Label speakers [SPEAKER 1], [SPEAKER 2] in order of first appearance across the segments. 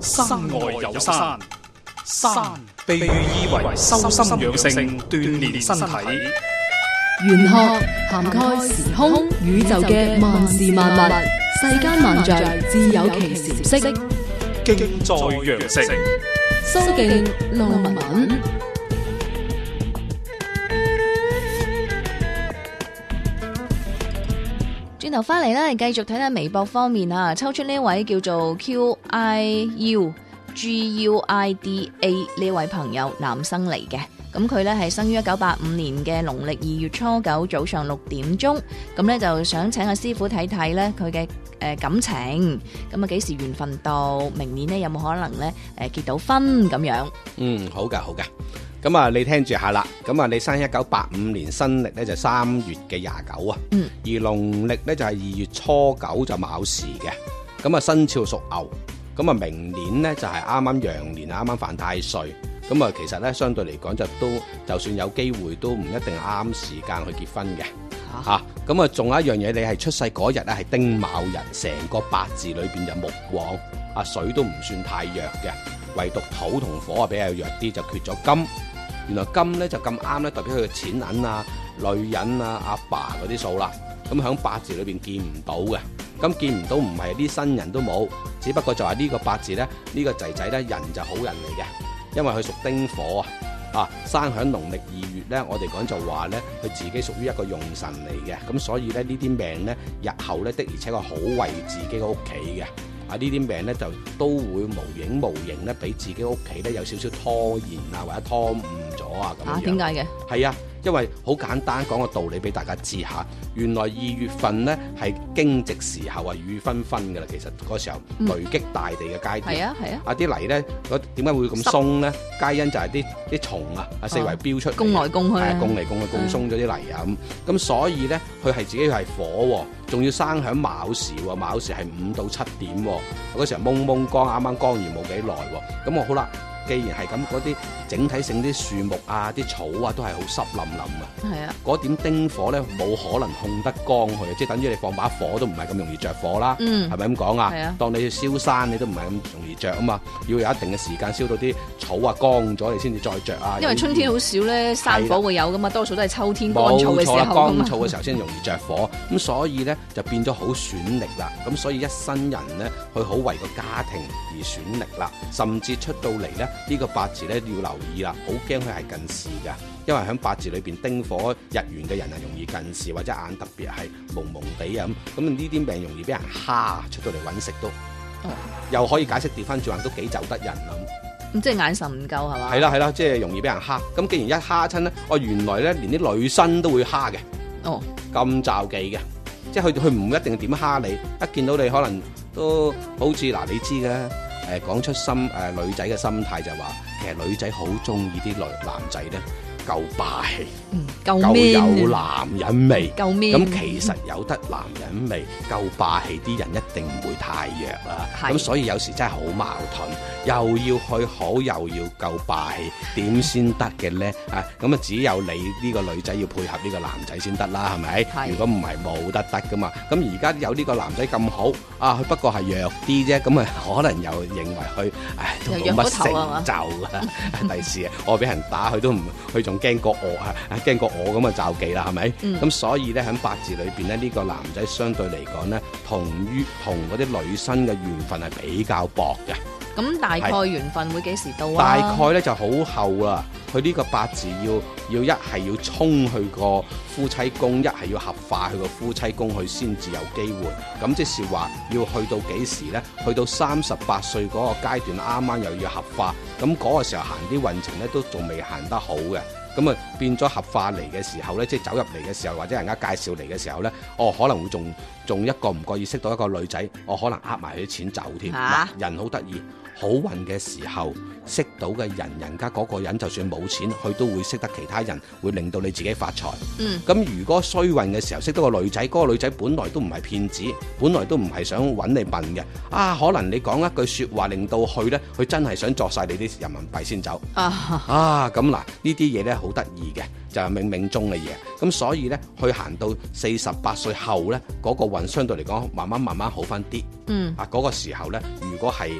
[SPEAKER 1] 山外有山，山被喻意為修心養性、鍛鍊身體。
[SPEAKER 2] 玄學涵蓋時空宇宙嘅萬事萬物，世間萬象自有其時色。
[SPEAKER 1] 敬在羊城，
[SPEAKER 2] 蘇敬路文。
[SPEAKER 3] 轉頭翻嚟咧，繼續睇睇微博方面啊，抽出呢位叫做 Q I E U G U I D A 呢位朋友，男生嚟嘅。咁佢呢係生於一九八五年嘅農曆二月初九早上六點鐘，咁呢就想請阿師傅睇睇呢佢嘅誒感情，咁啊幾時緣分到，明年呢有冇可能呢誒結到婚咁樣？
[SPEAKER 4] 嗯，好噶，好噶。咁啊，你聽住下啦。咁啊，你生一九八五年，新歷咧就三月嘅廿九啊。
[SPEAKER 3] 嗯。
[SPEAKER 4] 而農曆咧就係二月初九就卯時嘅。咁啊，生肖屬牛。咁啊，明年咧就係啱啱羊年，啱啱犯太歲。咁啊，其實咧相對嚟講就都，就算有機會都唔一定啱時間去結婚嘅。
[SPEAKER 3] 嚇
[SPEAKER 4] 嚇，咁啊，仲有一樣嘢，你係出世嗰日咧係丁卯日，成個八字裏邊就木旺，啊水都唔算太弱嘅，唯獨土同火啊比較弱啲，就缺咗金。原來金咧就咁啱咧，代表佢嘅錢銀啊、女人啊、阿爸嗰啲數啦。咁喺八字裏邊見唔到嘅，咁見唔到唔係啲新人都冇，只不過就係呢個八字咧，呢、個仔仔咧人就好人嚟嘅，因為佢屬丁火啊。啊，生喺農曆二月咧，我哋講就話咧，佢自己屬於一個用神嚟嘅，咁所以咧呢啲命咧，日後咧的而且確好為自己個屋企嘅。啊，呢啲命咧就都會無影無形咧，俾自己屋企咧有少少拖延啊，或者拖誤咗啊咁樣。
[SPEAKER 3] 嚇點解嘅？
[SPEAKER 4] 係啊，因為好簡單講個道理俾大家知下。原來二月份呢係驚蟄時候啊，雨紛紛㗎啦。其實嗰時候
[SPEAKER 3] 嗯
[SPEAKER 4] 雷擊大地嘅階段。
[SPEAKER 3] 係啊係啊，
[SPEAKER 4] 啊！啲泥咧，嗰點解會咁
[SPEAKER 3] 濕
[SPEAKER 4] 鬆咧？皆因就係啲啲蟲啊，啊四圍飆出嚟啊
[SPEAKER 3] 供來供去
[SPEAKER 4] 係
[SPEAKER 3] 啊
[SPEAKER 4] 啊，供嚟供去，供鬆咗啲泥啊咁。咁所以咧，佢係自己係火喎，仲要生響卯時喎，卯時係五到七點喎。嗰時候蒙蒙光，啱啱光完冇幾耐喎。咁我好啦，既然係咁，嗰啲整體性啲樹木啊、啲草啊都係好濕淋淋啊。
[SPEAKER 3] 係啊，
[SPEAKER 4] 嗰點丁火咧冇可能控得光佢，即係等於你放把火都唔係咁容易着火啦。
[SPEAKER 3] 嗯
[SPEAKER 4] 係咪咁講
[SPEAKER 3] 係啊
[SPEAKER 4] 啊？當你要燒山，你都唔係咁容易着啊嘛，要有一定嘅時間燒到啲草啊乾咗，你先至再着啊。
[SPEAKER 3] 因為春天好少咧，山火會有噶嘛，多數都係秋天乾
[SPEAKER 4] 冇
[SPEAKER 3] 燥嘅時
[SPEAKER 4] 錯啦，
[SPEAKER 3] 候噶
[SPEAKER 4] 啊乾
[SPEAKER 3] 嘛
[SPEAKER 4] 燥。嘅時候先容易着火，咁所以咧就變咗好損力啦。咁所以一生人咧，佢好為個家庭而損力啦，甚至出到嚟咧呢、呢個八字咧要留意啦，好驚佢係近視㗎，因為喺八字裏邊丁火日元嘅人係容易近視，或者眼特別係蒙蒙地啊咁，咁呢啲病容易俾人蝦出到嚟揾食都。
[SPEAKER 3] 哦
[SPEAKER 4] 又可以解釋調翻轉話都幾就得人啊咁，
[SPEAKER 3] 咁即係眼神唔夠係嘛？
[SPEAKER 4] 係啦係啦，即係容易俾人蝦。咁既然一蝦親咧，哦原來咧連啲女生都會蝦嘅。
[SPEAKER 3] 哦，
[SPEAKER 4] 咁罩忌嘅，即係佢佢唔一定點蝦你，一見到你可能都好似嗱，你知嘅，誒、講出心誒、女仔嘅心態就係話，其實女仔好中意啲女男仔咧夠霸氣，
[SPEAKER 3] 嗯，夠
[SPEAKER 4] 夠
[SPEAKER 3] man
[SPEAKER 4] 有
[SPEAKER 3] 啊
[SPEAKER 4] 男人味。
[SPEAKER 3] 夠 man
[SPEAKER 4] 咁其實有得男人味、夠霸氣啲人一定唔會太弱啦。
[SPEAKER 3] 係
[SPEAKER 4] 咁所以有時真係好矛盾，又要去好，又要夠霸氣，點先得嘅呢？啊，咁啊只有你呢個女仔要配合呢個男仔先得啦，係咪
[SPEAKER 3] 係？
[SPEAKER 4] 如果唔係冇得得噶嘛。咁而家有呢個男仔咁好，啊，佢不過係弱啲啫，咁啊可能又認為佢唉都
[SPEAKER 3] 又弱
[SPEAKER 4] 冇
[SPEAKER 3] 過
[SPEAKER 4] 乜
[SPEAKER 3] 頭啊嘛
[SPEAKER 4] 成就啦。 第時啊，我俾人打佢都唔，佢仲驚過我啊，驚過我咁啊罩忌啦，係咪？咁、
[SPEAKER 3] 嗯
[SPEAKER 4] 所以咧喺八字裏邊咧，呢、個男仔相對嚟講咧，同於同嗰啲女生嘅緣分係比較薄嘅，
[SPEAKER 3] 咁大概緣分會幾時到啊？
[SPEAKER 4] 大概咧就好厚啦。佢呢個八字要要一係要衝去個夫妻宮，一係要合化去個夫妻宮，佢先至有機會。咁即是話要去到幾時呢？去到三十八歲嗰個階段，啱啱又要合化，咁嗰個時候行啲運程咧都仲未行得好嘅。咁啊變咗合化嚟嘅時候呢，即係走入嚟嘅時候，或者人家介紹嚟嘅時候呢，哦可能會仲仲一個唔覺意識到一個女仔，我可能呃埋佢啲錢走添。
[SPEAKER 3] 嚇
[SPEAKER 4] 嗱人好得意，好運嘅時候識到嘅人，人家嗰個人就算冇錢，佢都會識得其他人，會令到你自己發財。
[SPEAKER 3] 嗯，
[SPEAKER 4] 咁如果衰運嘅時候識到個女仔，嗰、個女仔本來都唔係騙子，本來都唔係想揾你笨嘅，啊，可能你講一句説話令到佢呢，佢真係想作晒你啲人民幣先走。
[SPEAKER 3] 啊，
[SPEAKER 4] 啊，咁嗱，呢啲嘢呢好得意嘅，就係、冥冥中嘅嘢。咁所以呢，佢行到四十八歲後呢，嗰、個運相對嚟講，慢慢慢慢好翻啲。
[SPEAKER 3] 嗯，
[SPEAKER 4] 啊，嗰、個時候呢，如果係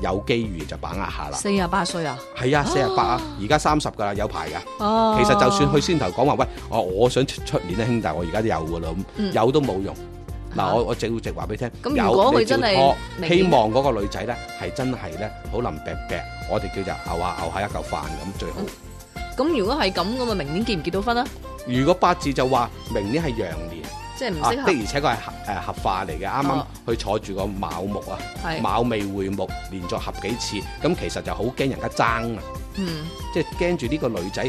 [SPEAKER 4] 有機遇就把握下啦。
[SPEAKER 3] 四廿八哦歲啊，
[SPEAKER 4] 係啊，四十八啊，而家三十㗎啦，有排㗎。其實就算佢先頭講話，喂，我我想出出年咧，兄弟，我而家都有㗎啦，咁、
[SPEAKER 3] 嗯
[SPEAKER 4] 有都冇用。
[SPEAKER 3] 啊
[SPEAKER 4] 嗱，我我直直話俾你聽，
[SPEAKER 3] 咁
[SPEAKER 4] 有
[SPEAKER 3] 如果佢
[SPEAKER 4] 你照
[SPEAKER 3] 真係
[SPEAKER 4] 拖
[SPEAKER 3] 明顯
[SPEAKER 4] 希望嗰個女仔咧係真係咧好腍白白，我哋叫做牛下牛下一嚿飯咁最好。
[SPEAKER 3] 咁如果係咁咁啊，明年結唔結到婚啊？
[SPEAKER 4] 如果八字就話明年係羊年
[SPEAKER 3] 即係唔
[SPEAKER 4] 啊，
[SPEAKER 3] 適
[SPEAKER 4] 的
[SPEAKER 3] 合
[SPEAKER 4] 而且確係合誒合化嚟嘅，啱啱
[SPEAKER 3] 哦
[SPEAKER 4] 佢坐住個卯木啊，
[SPEAKER 3] 係
[SPEAKER 4] 卯未會木連續合幾次，咁其實就好驚人家爭啊，
[SPEAKER 3] 嗯
[SPEAKER 4] 即係驚住呢個女仔。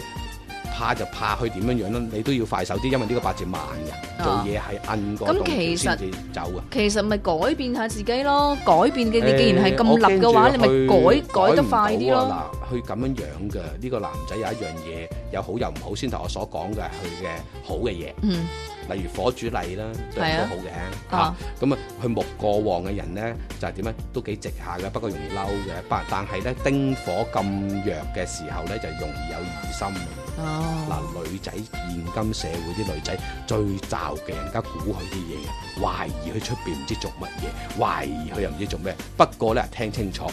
[SPEAKER 4] 怕就怕佢點樣樣啦，你都要快手啲，因為呢個八字慢嘅，做
[SPEAKER 3] 啊
[SPEAKER 4] 嘢係摁個
[SPEAKER 3] 咁
[SPEAKER 4] 動搖
[SPEAKER 3] 其實
[SPEAKER 4] 先至走啊。
[SPEAKER 3] 其實咪改變下自己咯，改變嘅你既然係
[SPEAKER 4] 誒我
[SPEAKER 3] 咁立
[SPEAKER 4] 驚
[SPEAKER 3] 嘅話，
[SPEAKER 4] 住
[SPEAKER 3] 你咪
[SPEAKER 4] 佢
[SPEAKER 3] 改改得
[SPEAKER 4] 唔
[SPEAKER 3] 快啲
[SPEAKER 4] 到
[SPEAKER 3] 咯。
[SPEAKER 4] 啊嗱，佢咁樣樣嘅呢個男仔有一樣嘢有好有唔好，先頭我所講嘅係佢嘅好嘅嘢，
[SPEAKER 3] 嗯
[SPEAKER 4] 例如火主例啦，對
[SPEAKER 3] 係
[SPEAKER 4] 人
[SPEAKER 3] 啊
[SPEAKER 4] 都好嘅
[SPEAKER 3] 啊
[SPEAKER 4] 嚇。啊咁啊，佢木過旺嘅人咧就係點咧，都幾直下嘅，不過容易嬲嘅。但但係咧，丁火咁弱嘅時候咧，就容易有疑心嘅。嗱
[SPEAKER 3] 哦，，
[SPEAKER 4] 女仔現今社會啲女仔最罩嘅，人家估佢啲嘢嘅，懷疑佢出邊唔知做乜嘢，懷疑佢又唔知做咩。不過咧，聽清楚，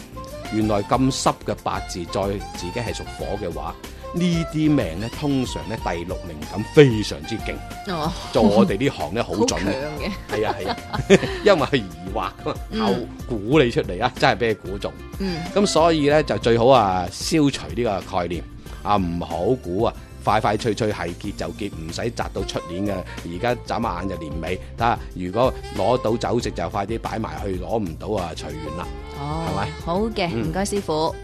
[SPEAKER 4] 原來咁濕嘅八字，再自己係屬火嘅話，呢啲命咧通常咧第六靈感非常之勁，
[SPEAKER 3] 哦，
[SPEAKER 4] 做我哋呢行咧好
[SPEAKER 3] 好
[SPEAKER 4] 準
[SPEAKER 3] 強
[SPEAKER 4] 嘅。
[SPEAKER 3] 嘅，
[SPEAKER 4] 係啊係啊， 因為佢疑惑啊嘛，後估你出嚟啊，真係俾你估中。
[SPEAKER 3] 嗯
[SPEAKER 4] 咁所以咧就最好啊消除呢個概念啊，唔好估啊，快快脆脆係結就結，唔使擲到出年嘅。而家眨下眼就年尾，睇下如果攞到酒席就快啲擺埋去，攞唔到啊隨緣啦。
[SPEAKER 3] 哦
[SPEAKER 4] 係咪，
[SPEAKER 3] 好嘅，
[SPEAKER 4] 嗯
[SPEAKER 3] 唔該師傅。